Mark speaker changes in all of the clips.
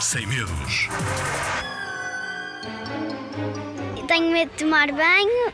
Speaker 1: Sem medos.
Speaker 2: Eu tenho medo de tomar banho.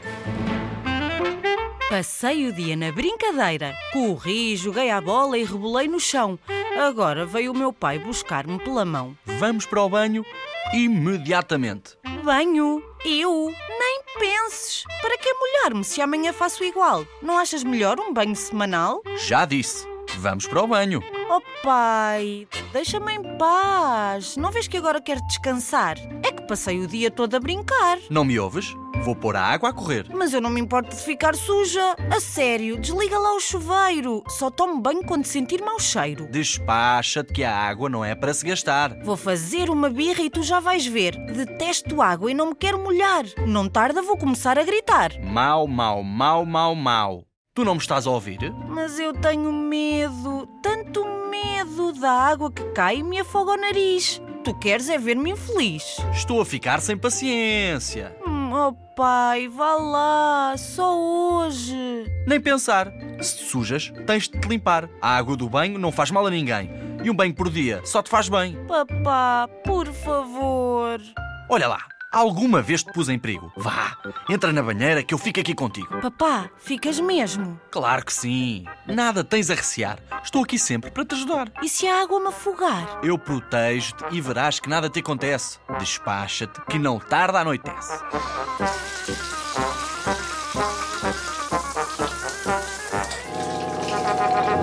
Speaker 3: Passei o dia na brincadeira. Corri, joguei à bola e rebolei no chão. Agora veio o meu pai buscar-me pela mão.
Speaker 4: Vamos para o banho imediatamente.
Speaker 3: Banho? Eu? Nem penses! Para que molhar-me se amanhã faço igual? Não achas melhor um banho semanal?
Speaker 4: Já disse, vamos para o banho.
Speaker 3: Oh pai, deixa-me em paz. Não vês que agora quero descansar? É que passei o dia todo a brincar.
Speaker 4: Não me ouves? Vou pôr a água a correr.
Speaker 3: Mas eu não me importo de ficar suja. A sério, desliga lá o chuveiro. Só tomo banho quando sentir mau cheiro.
Speaker 4: Despacha-te que a água não é para se gastar.
Speaker 3: Vou fazer uma birra e tu já vais ver. Detesto água e não me quero molhar. Não tarda, vou começar a gritar.
Speaker 4: Mau, mau, mau, mau, mau. Tu não me estás a ouvir?
Speaker 3: Mas eu tenho medo, tanto medo da água que cai e me afoga o nariz. Tu queres é ver-me infeliz.
Speaker 4: Estou a ficar sem paciência.
Speaker 3: Hum, oh pai, vá lá, só hoje.
Speaker 4: Nem pensar. Se te sujas, tens de te limpar. A água do banho não faz mal a ninguém. E um banho por dia só te faz bem.
Speaker 3: Papá, por favor.
Speaker 4: Olha lá, alguma vez te pus em perigo. Vá, entra na banheira que eu fico aqui contigo.
Speaker 3: Papá, ficas mesmo.
Speaker 4: Claro que sim. Nada tens a recear. Estou aqui sempre para te ajudar.
Speaker 3: E se a água me afogar?
Speaker 4: Eu protejo-te e verás que nada te acontece. Despacha-te que não tarda anoitece.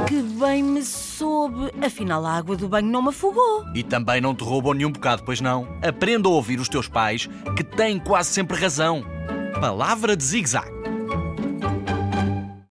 Speaker 3: Que bem me soube. Afinal, a água do banho não me afogou.
Speaker 4: E também não te roubam nenhum bocado, pois não? Aprenda a ouvir os teus pais, que têm quase sempre razão. Palavra de zigue-zague.